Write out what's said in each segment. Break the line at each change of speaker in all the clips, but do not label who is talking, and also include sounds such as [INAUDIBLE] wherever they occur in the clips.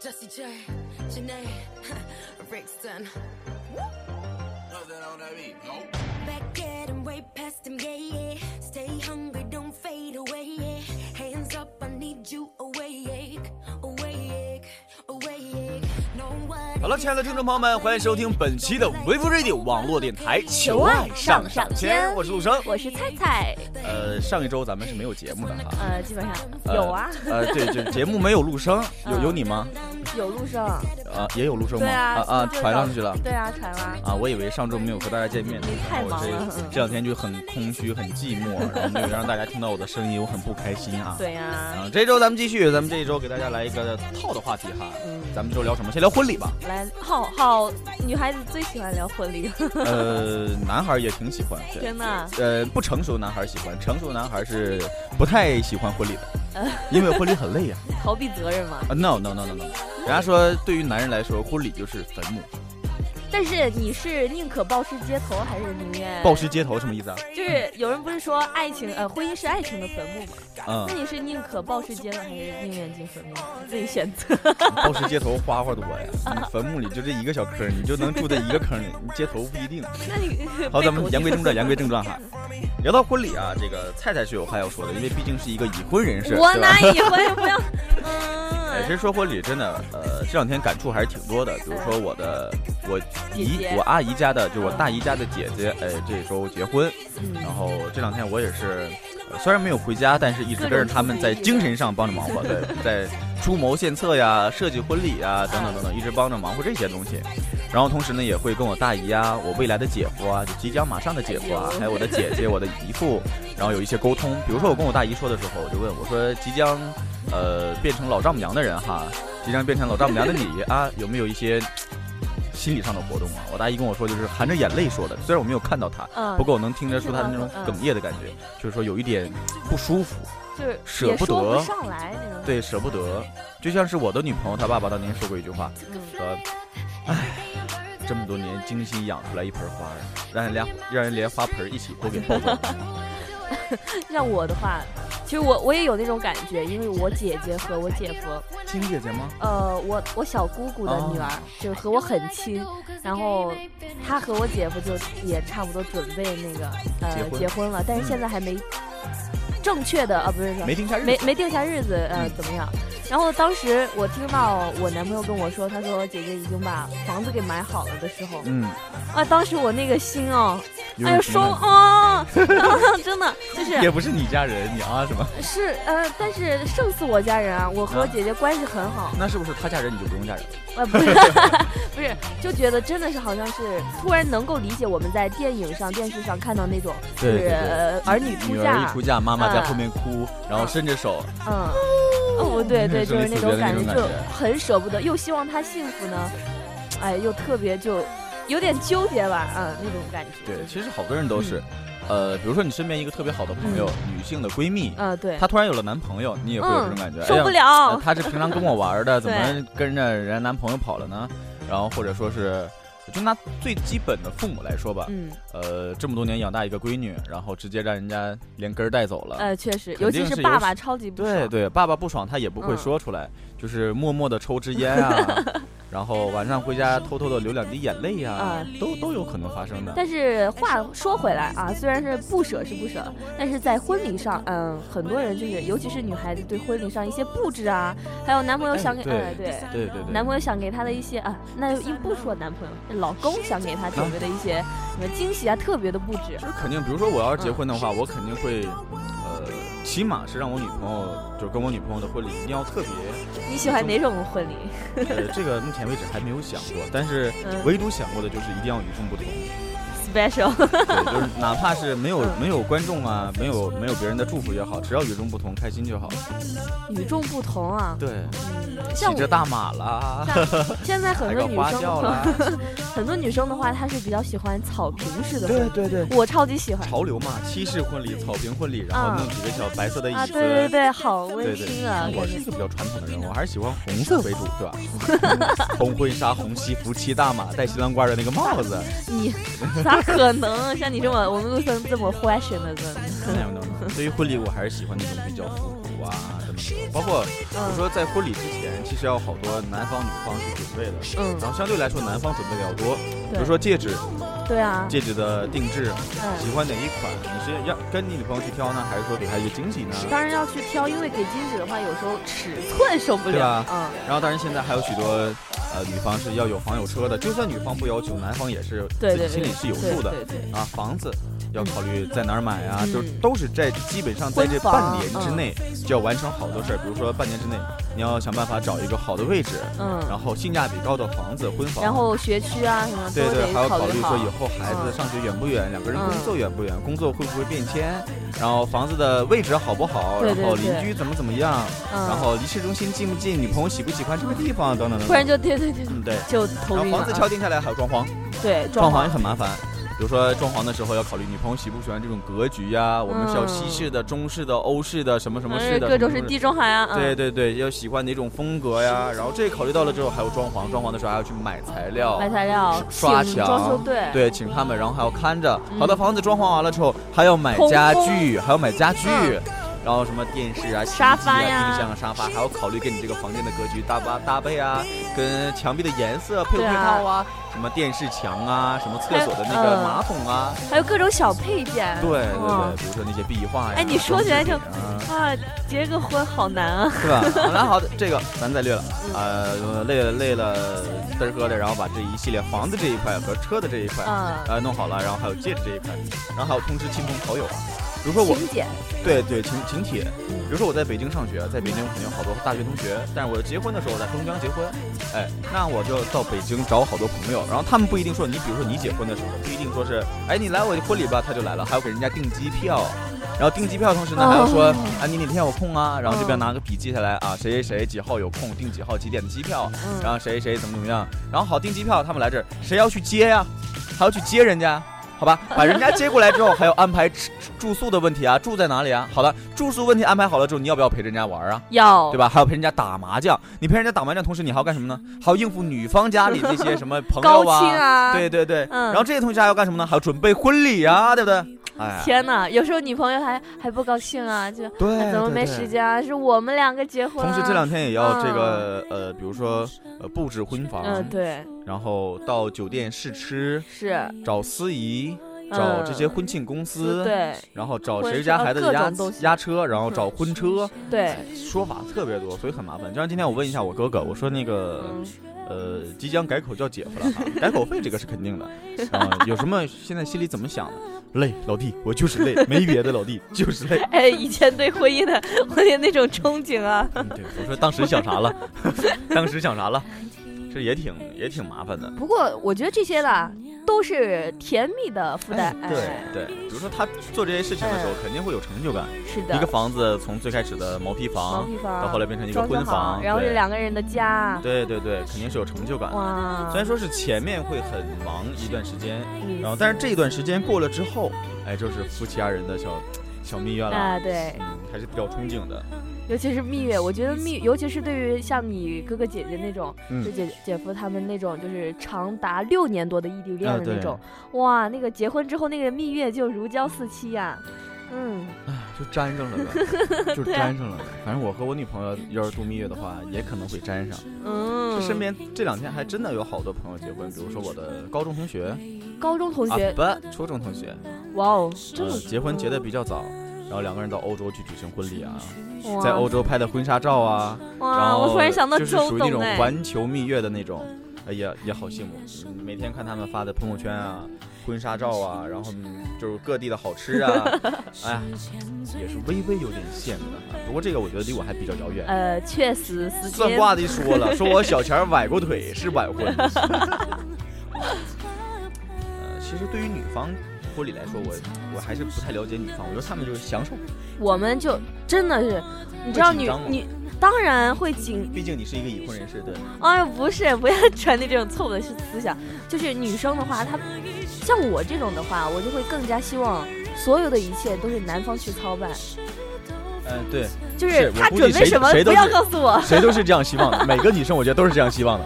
Jesse J, Janae, [LAUGHS] Rickson.
Nothing on that beat. Nope.
Back at 'em, way past them, yeah, yeah. Stay hungry, don't fade away, yeah. Hands up, I need you awake, awake, awake. Know what
好了，亲爱的听众朋友们，欢迎收听本期的 Vivo Radio 网络电台《
求爱上上签
我是陆生。
我是菜菜，
呃，上一周咱们是没有节目的哈。
呃，基本上
呃
有啊，
[LAUGHS] 呃，对，就节目没有陆生，有有你吗？
有陆生，
[LAUGHS] 啊，也有陆生吗？
对啊，
啊啊，
就
传上去了。
对啊，传啦，
啊，我以为上周没有和大家见面，
你太
然后
忙了
我这
嗯
这两天就很空虚、很
[LAUGHS]
寂寞，然后没有让大家听到我的声音，我很不开心啊。
对呀，
啊，这周咱们继续，咱们这一周给大家来一个套的话题哈，
嗯
咱们这周聊什么？先聊婚礼吧。
来，好好，女孩子最喜欢聊婚
[LAUGHS]
礼，
呃，男孩儿也挺喜欢，对
真的，
呃，不成熟的男孩儿喜欢，成熟的男孩儿是不太喜欢婚礼的，因为婚礼很累呀、
逃避责任嘛。
啊。no no no no no，人家说对于男人来说，婚礼就是坟墓，
但是你是宁可暴尸街头，还是宁愿
暴尸？街头什么意思啊？
就是有人不是说爱情，呃，婚姻是爱情的坟墓嘛？
嗯
那，你是宁可暴尸街头，还是宁愿进坟墓？自己选
[LAUGHS]
择。
暴尸街头花花多呀，你坟墓里就这一个小坑儿，你就能住在一个坑里，你街头不一定。
那你
好，
被
咱们
狗
言归
盯
正传，言归正传哈。聊到婚礼啊，这个菜菜是有话要说的，因为毕竟是一个已婚人士，
我
对吧
哪以后也不要， [LAUGHS]
哎，
嗯，
其实说婚礼真的，呃，这两天感触还是挺多的。比如说我的我姨
姐姐
我阿姨家的，就是我大姨家的姐姐，哎，这周结婚，
嗯
然后这两天我也是，呃虽然没有回家，但是一直跟着他们在精神上帮
[LAUGHS]
着忙活，对，在出谋献策呀、设计婚礼呀等等等等，一直帮着忙活这些东西。然后同时呢，也会跟我大姨啊、我未来的姐夫啊，就即将马上的姐夫啊
哎，呦
还有我的姐姐、我的姨父，然后有一些沟通。比如说我跟我大姨说的时候，我就问我说，即将呃变成老丈母娘的人哈，即将变成老丈母娘的你啊，有没有一些心理上的活动啊？我大姨跟我说，就是含着眼泪说的，虽然我没有看到她，
嗯
不过我能听得出她的那种
嗯
哽咽的感觉，就是说有一点不舒服，
就是
舍
也
不
说
得
上来那种。
对，舍不得。就像是我的女朋友她爸爸当年说过一句话，
嗯，
说，唉，这么多年精心养出来一盆花儿，让人连让人连花盆儿一起都给抱走
[LAUGHS]
了。
像我的话，其实我我也有那种感觉，因为我姐姐和我姐夫，
亲姐姐吗？
呃，我我小姑姑的女儿、
哦
就是和我很亲，然后她和我姐夫就也差不多准备那个呃
结婚嗯
了，但是现在还没正确的啊，不是说
没定下日
没
子。
没定下日子呃
嗯
怎么样。然后当时我听到我男朋友跟我说，他说我姐姐已经把房子给买好了的时候，
嗯，
啊，当时我那个心哦，
有
哎
点
呦
什
说
么
啊， [LAUGHS] 真的就是
也不是你家人，你啊什么？
是呃，但是胜似我家人啊，我和我
啊
姐姐关系很
[LAUGHS]
好，
那是不是他嫁人你就不用嫁人？
呃，不是， [LAUGHS] 不是，就觉得真的是好像是突然能够理解我们在电影上、电视上看到那种，就
对
是
对对
呃儿女出
女儿一
嫁
出，嫁，妈妈在
嗯
后面哭，然后伸着手，
嗯，哦，对对，
是
就
类
是那
似于
种
那
感
种
觉，
感
就
觉
很舍不得，又希望她幸福呢，哎，又特别就有点纠结吧，啊，那种感觉，
对，其实好多人都是，
嗯
呃，比如说你身边一个特别好的朋友，女性的闺蜜，
啊，嗯对，嗯
她突然有了男朋友，你也会有这种感觉，哎
受
呀
不了
呃，她是平常跟我玩
[LAUGHS]
儿的，怎
对
么跟着人家男朋友跑了呢？然后或者说是，就拿最基本的父母来说吧，
嗯，
呃，这么多年养大一个闺女，然后直接让人家连根儿带走了。
呃，确实，
肯
尤其
定是有
爸爸超级不
对
爽，
对，爸爸不爽，他也不会
嗯
说出来，就是默默的抽支
[LAUGHS]
烟啊，然后晚上回家偷偷的流两滴眼泪呀、
啊
都都有可能发生的。
但是话说回来啊，虽然是不舍是不舍，但是在婚礼上，嗯，很多人就是，尤其是女孩子对婚礼上一些布置啊，还有男朋友
哎
想给，
对
哎对，
对对对，
男朋友想给她的一些啊，那又不说男朋友，老公想给她
啊
准备的一些什么惊喜啊，特别的布置
就是肯定，比如说我要是结婚的
嗯
话，我肯定会，呃，起码是让我女朋友，就是跟我女朋友的婚礼一定要特别。
你喜欢哪种婚礼？
呃，这个目前为止还没有想过，
[LAUGHS]
但是
嗯
唯独想过的就是一定要与众不同。
，special，
对，就是哪怕是没有
嗯
没有观众啊，没有没有别人的祝福也好，只要与众不同，开心就好。
与众不同啊。
对，骑
像
着
我
大马啦，
现在很
踩
多
个
女
花
生
轿
的
啦
话，， [LAUGHS] 很多女生的话，她是比较喜欢草坪式的婚
对
礼，[LAUGHS]
对对，
我超级喜欢。
潮流嘛，西式婚礼、草坪婚礼，然后
啊
弄几个小白色的椅
啊，
子。
对对对，好
对
温
对
馨啊！
我
感
是
觉
一个比较传统的人，我还是喜欢红色为主，对
[LAUGHS]
[LAUGHS] 吧？红婚纱、红西服、骑大马、戴西兰花的那个帽子，
你咋可能啊像你这么我们路上这么 fashion 的人，
没有没有没有对于婚礼，我还是喜欢那种比较复古啊，这么多包括我嗯说在婚礼之前，其实要好多男方女方去准备的，
嗯
然后相对来说男方准备的要多，比如
对
嗯说戒指，
对啊，
戒指的定制，喜
嗯，
欢哪一款？你是要跟你女朋友去挑呢，还是说给她一个惊喜呢？
当然要去挑，因为给金子的话，有时候尺寸受不
对啊
了
吧，
嗯，
然后当然现在还有许多呃女方是要有房有车的，就算女方不要求，男方也是
对
自
对
己
对，
心里是有
对
数的
对对对
啊。房子要考虑在哪儿买啊，
嗯
就是都是在基本上在这
婚房嗯
半年之内就要完成好多事儿，比如说半年之内你要想办法找一个好的位置，
嗯，
然后性价比高的房子、婚房，
然后学区啊什么都
对对，还
得
要考虑
虑
说
好。
以后孩
嗯
子上学远不远，两个人
嗯
工作远不远，工作会不会变迁，然后房子的位置好不好，
对
然
对
后
对
邻居怎么怎么样，
嗯
然后离市中心近不近，女朋友喜不喜欢这个地方，等等等
突然
等。
就对对对，
嗯，对。
就
然
头
后
晕
房子敲
了。啊
定下来还有装潢，
对，
装
装
潢也很麻烦。比如说装潢的时候要考虑女朋友喜不喜欢这种格局呀、我们是要西式的、中式的、欧式的什么什么式的，
嗯哎各种是
什么什么
地中海啊。嗯
对对对，要喜欢哪种风格呀？然后这考虑到了之后，还有装潢，装潢的时候还要去买材料，
买材料、
刷
请
墙
装修队，
对，请他们，然后还要看着。
嗯
好的，房子装潢完了之后，还要买
通
家
风
具，还要买家具
嗯，
然后什么电视啊、洗衣
沙
机
发
啊、
呀
冰箱啊、沙发，还要考虑跟你这个房间的格局搭吧搭配啊，跟墙壁的颜色配不
对
配
啊
套啊，什么电视墙啊，什么厕所的那
还有
个
嗯
马桶啊，
还有各种小配件。
对对对，
嗯
比如说那些壁画呀。
哎你说起来就
装饰品啊
啊，结个婚好难啊。
对吧？ [LAUGHS] 好了，好的，这个咱再略了，
嗯
呃，累了累了，嘚儿喝的，然后把这一系列房子这一块和车的这一块，
嗯
呃，弄好了，然后还有戒指这一块，然后还有通知亲朋好友啊。比如说我，
请柬，
对对，请请帖。比如说我在北京上学，在北京肯定有好多大学同学，但是我结婚的时候我在东江结婚，哎，那我就到北京找好多朋友，然后他们不一定说你，比如说你结婚的时候不一定说是，哎，你来我的婚礼吧，他就来了，还要给人家订机票。然后订机票的同时呢，还要说
哦
啊，你哪天有空啊？然后这边
嗯
拿个笔记下来啊，谁谁谁几号有空，订几号几点的机票，
嗯
然后谁谁怎么怎么样，然后好订机票，他们来这儿，谁要去接呀、还要去接人家，好吧？把人家接过来之后，还要安排吃住宿的问题啊，住在哪里啊？好的，住宿问题安排好了之后，你要不要陪着人家玩啊？
要
对吧？还要陪人家打麻将，你陪人家打麻将，同时你还要干什么呢？还要应付女方家里那些
[LAUGHS]
什么朋
高
友
清
啊，
啊，
对对对。
嗯
然后这些同学还要干什么呢？还要准备婚礼啊，对不对？哎，
天哪，有时候女朋友还还不高兴啊，就
对，
哎怎么
对
没
对
时间啊？是我们两个结婚啊。
同时这两天也要这个、呃，比如说呃布置婚房，
嗯，对，
然后到酒店试吃，
是
找司仪，
嗯
找这些婚庆公司，
对
然后找
婚
谁
车
家孩子
各
押
种都嗯行
押车，然后找婚车，
对，
说法特别多，所以很麻烦。就像今天我问一下我哥哥，我说那个。
嗯， [LAUGHS]
呃，即将改口叫姐夫了哈，改口费这个是肯
[LAUGHS]
定的。啊、有什么现在心里怎么想的？累，老弟，我就是累，没别的，老弟就是累。
哎，以前对婚姻的 [LAUGHS] 婚姻那种憧憬啊，
嗯对，我说当时想啥了， [LAUGHS] 当时想啥了，这也挺也挺麻烦的。
[LAUGHS] 不过我觉得这些吧，都是甜蜜的附带。哎嗯
对，对，比如说他做这些事情的时候，肯定会有成就感。
是的。
一个房子从最开始的毛坯
毛
房，
坯房，
到后来变成一个
装修
婚
好
房，
然后
对
是两个人的家。
对对对，肯定是有成就感。
哇，
虽然说是前面会很忙一段时间，
嗯
然后但是这一段时间过了之后，哎，就是夫妻二人的小小蜜月了，
啊，对，
嗯，还是比较憧憬的。
尤其是蜜月，我觉得蜜，尤其是对于像你哥哥姐姐那种，
嗯
就姐姐夫他们那种，就是长达六年多的异地恋
啊
的那
对
种，哇，那个结婚之后那个蜜月就如胶似漆呀、嗯，
就粘上了 [LAUGHS] 呗，就粘上了呗。反正我和我女朋友要是度蜜月的话，也可能会粘上。
嗯，
身边这两天还真的有好多朋友结婚，比如说我的高中同学，
高中同学，
啊不，初中同学，
哇哦，
呃，结婚结的比较早，然后两个人到欧洲去举行婚礼啊，
哇
在欧洲拍的婚纱照啊，然
哇，
后
我突然想到
就是
周
属于那
董
种
哎，
环球蜜月的那种，哎也也好羡慕，嗯每天看他们发的朋友圈啊，婚纱照啊，然后嗯就是各地的好
[LAUGHS]
吃啊，哎呀，也是微微有点羡慕的哈，不过这个我觉得离我还比较遥远。
呃，确实时
算
间
卦的
[LAUGHS]
说了，说我小前儿崴过腿是崴婚。呃，其实对于女方婚礼来说，我我还是不太了解女方。我觉得她们就是享受，
我们就真的是，你知道
会紧
女
张吗
女当然会紧，
毕竟你是一个已婚人士，对，
哎呀，不是，不要 [LAUGHS] 传递这种错误的思思想。就是女生的话，她像我这种的话，我就会更加希望所有的一切都是男方去操办，
嗯、对，
就是
是我
他
估计
准备
谁
什么
谁，都
不要
是
告诉我， [LAUGHS] 啊
谁都是这样希望的，每个女生我觉得都是这样希望的。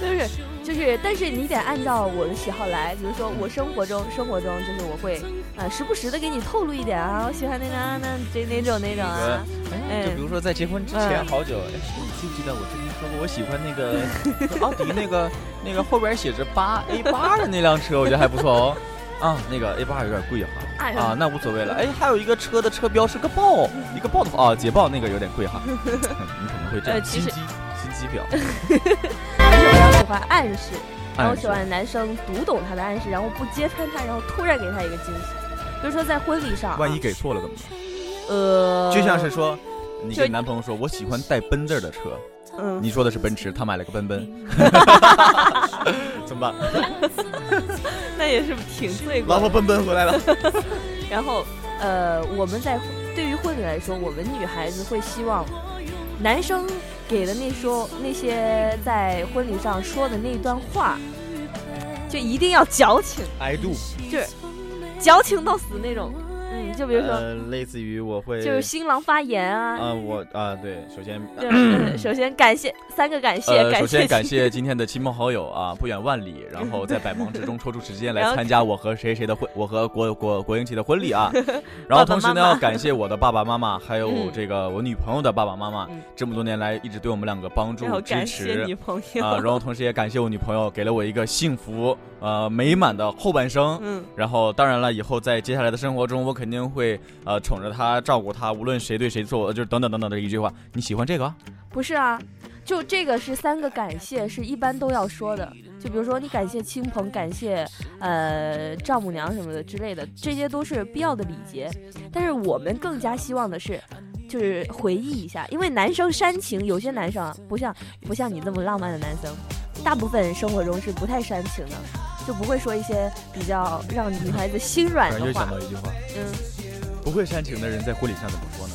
就是就是就是，但是你得按照我的喜好来。比如说，我生活中，生活中就是我会，呃，时不时的给你透露一点啊，我喜欢那个啊，那这哪种哪种啊。
哎，就比如说在结婚之
嗯
前好久，哎，你记不记得我之前说过我喜欢
[LAUGHS]
那个奥迪那个那个后边写着八 A 八的那辆车，我觉得还不错哦。啊，那个 A 八有点贵哈。
哎呀
啊，那无所谓了。哎，还有一个车的车标是个豹，一个豹头啊，捷豹那个有点贵哈。嗯你可能会这
呃
样，
其实
心机心机婊。
[LAUGHS] 而
哎
且我要喜欢暗示，然后
暗
我
示
喜欢啊男生读懂他的暗示，然后不揭穿他，然后突然给他一个惊喜。比如说在婚礼上啊，
万一给错了怎么办？
呃，
就像是说，你
就
跟男朋友说我喜欢带奔字儿的车，
嗯，
你说的是奔驰，他买了个奔奔，怎么办？
那也是挺罪过
老
的。
婆奔奔回来了。
然后呃，我们在对于婚礼来说，我们女孩子会希望男生给的那说那些在婚礼上说的那段话，就一定要矫情，
I do。
就是矫情到死那种。嗯，就比如说，
呃，类似于我会
就是新郎发言啊，
啊，我啊，对，首先
就是首先感谢三个感谢，
呃，
感
首先感
谢 [LAUGHS]
谢今天的亲朋好友啊，不远万里，然后在百忙之中抽出时间
然
来
后
参加我和谁谁的婚，我和国国国英琪的婚礼啊。然后同时
爸
呢，
爸妈妈
要感谢我的爸爸妈妈，还有
嗯
这个我女朋友的爸爸妈妈
嗯，
这么多年来一直对我们两个帮助
然后
支
感谢女
持。
朋
啊，然
友，
后同时也感谢我女朋友给了我一个幸福呃美满的后半生，
嗯，
然后，当然了，以后在接下来的生活中，我肯定会呃宠着他，照顾他，无论谁对谁错，呃就是等等等等的一句话。你喜欢这个啊？
不是啊，就这个是三个感谢，是一般都要说的。就比如说你感谢亲朋，感谢呃丈母娘什么的之类的，这些都是必要的礼节。但是我们更加希望的是，就是回忆一下，因为男生煽情，有些男生啊，不像不像你这么浪漫的男生，大部分生活中是不太煽情的，就不会说一些比较让女孩子心软的哎话。
一句话，
嗯。
不会煽情的人在婚礼上怎么说呢？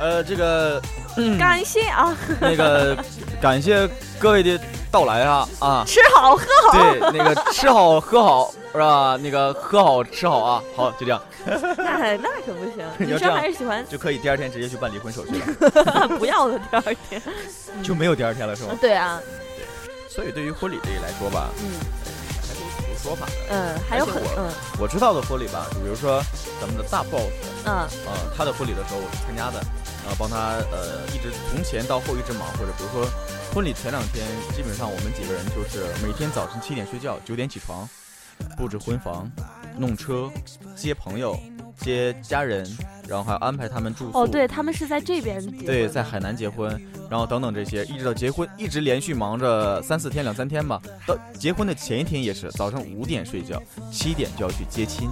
呃，这个嗯
感谢啊，[LAUGHS]
那个，感谢各位的到来啊啊！
吃好喝 [LAUGHS] 好。
对，那个吃好喝好是吧？那个喝好吃好啊，好就这样
那那可不行，女
要这
生
样
还是喜欢
就可以第二天直接去办离婚手续了，
不要的第二天。
就没有第二天了是吗？
对 [LAUGHS] 啊，
所以对于婚礼这一来说吧，
嗯
还是有很多说法的。
嗯，还有很
而且
嗯
我知道的婚礼吧，就比如说咱们的大 boss。
嗯
呃，他的婚礼的时候我是参加的，然后帮他呃一直从前到后一直忙，或者比如说婚礼前两天，基本上我们几个人就是每天早晨七点睡觉，九点起床，布置婚房，弄车，接朋友，接家人，然后还要安排他们住宿。
哦，对，他们是在这边结婚
对，在海南结婚，然后等等这些，一直到结婚，一直连续忙着三四天、两三天吧。到结婚的前一天也是，早上五点睡觉，七点就要去接亲。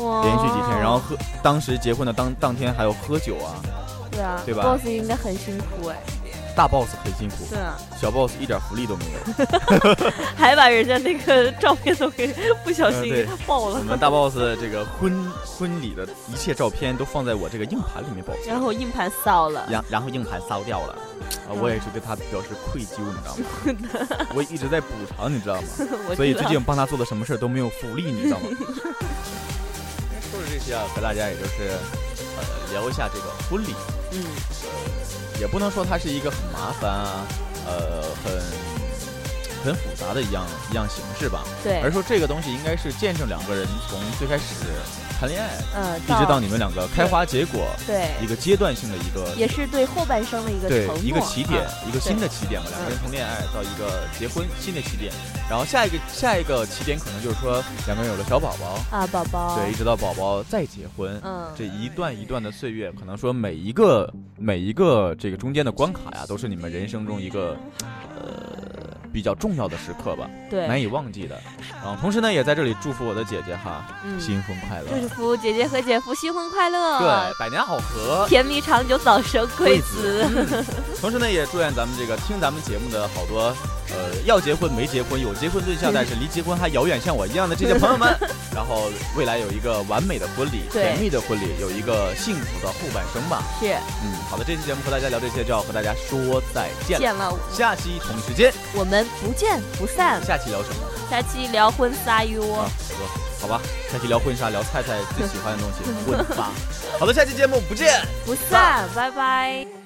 哇
连续几天，然后喝，当时结婚的当当天还有喝酒啊，
对啊，
对吧
b o s s 应该很辛苦哎，
大 boss 很辛苦，
对啊，
小 boss 一点福利都没有。
[LAUGHS] 还把人家那个 [LAUGHS] 照片都给不小
嗯
心
对
爆
我
了，
们大 boss 这个婚婚礼的一切照片都放在我这个硬盘里面保存，
然后硬盘扫了，
然然后硬盘烧掉了，啊，我也是对他表示愧疚，你知道吗？
[LAUGHS]
我一直在补偿，你知道吗？
[LAUGHS] 我
[LAUGHS] 所以
知
最
道
近我帮他做的什么事儿都没有福利，你知道吗？ [LAUGHS] 说着这些啊，和大家也就是呃聊一下这个婚礼。
嗯
也不能说它是一个很麻烦啊，呃，很很复杂的一样一样形式吧，
对，
而是说这个东西应该是见证两个人从最开始谈恋爱，
嗯
一直到你们两个开花结果，
对，
一个阶段性的一个
也是对后半生的一个
对
承诺，
一个起点
啊，嗯
一个新的起点嘛，两个人从恋爱到一个结婚新的起点，然后下一个下一个起点可能就是说两个人有了小宝宝，
啊，宝宝，
对，一，直到宝宝再结婚，
嗯，
这一段一段的岁月，可能说每一个每一个这个中间的关卡呀，都是你们人生中一个呃比较重要的时刻吧，难
对，
以忘记的。然后同时呢，也在这里祝福我的姐姐哈，
嗯
新婚快乐，
祝福姐姐和姐夫新婚快乐，
对，百年好合。
甜蜜长久，早生贵子。
同时呢，也祝愿咱们这个听咱们节目的好多呃要结婚没结婚、有结婚对象但是离结婚还遥远像我一样的这些朋友们，然后未来有一个完美的婚礼、
对
甜蜜的婚礼，有一个幸福的后半生吧。
是，
嗯，好的，这期节目和大家聊这些，就要和大家说再见了。
见了，
下期同时间，
我们不见不散。
下期聊什么
下期聊婚纱哟。
啊？说好吧，下期聊婚纱，聊菜菜最喜欢的东西，婚纱。好的，下期节目不见。
不散，拜拜。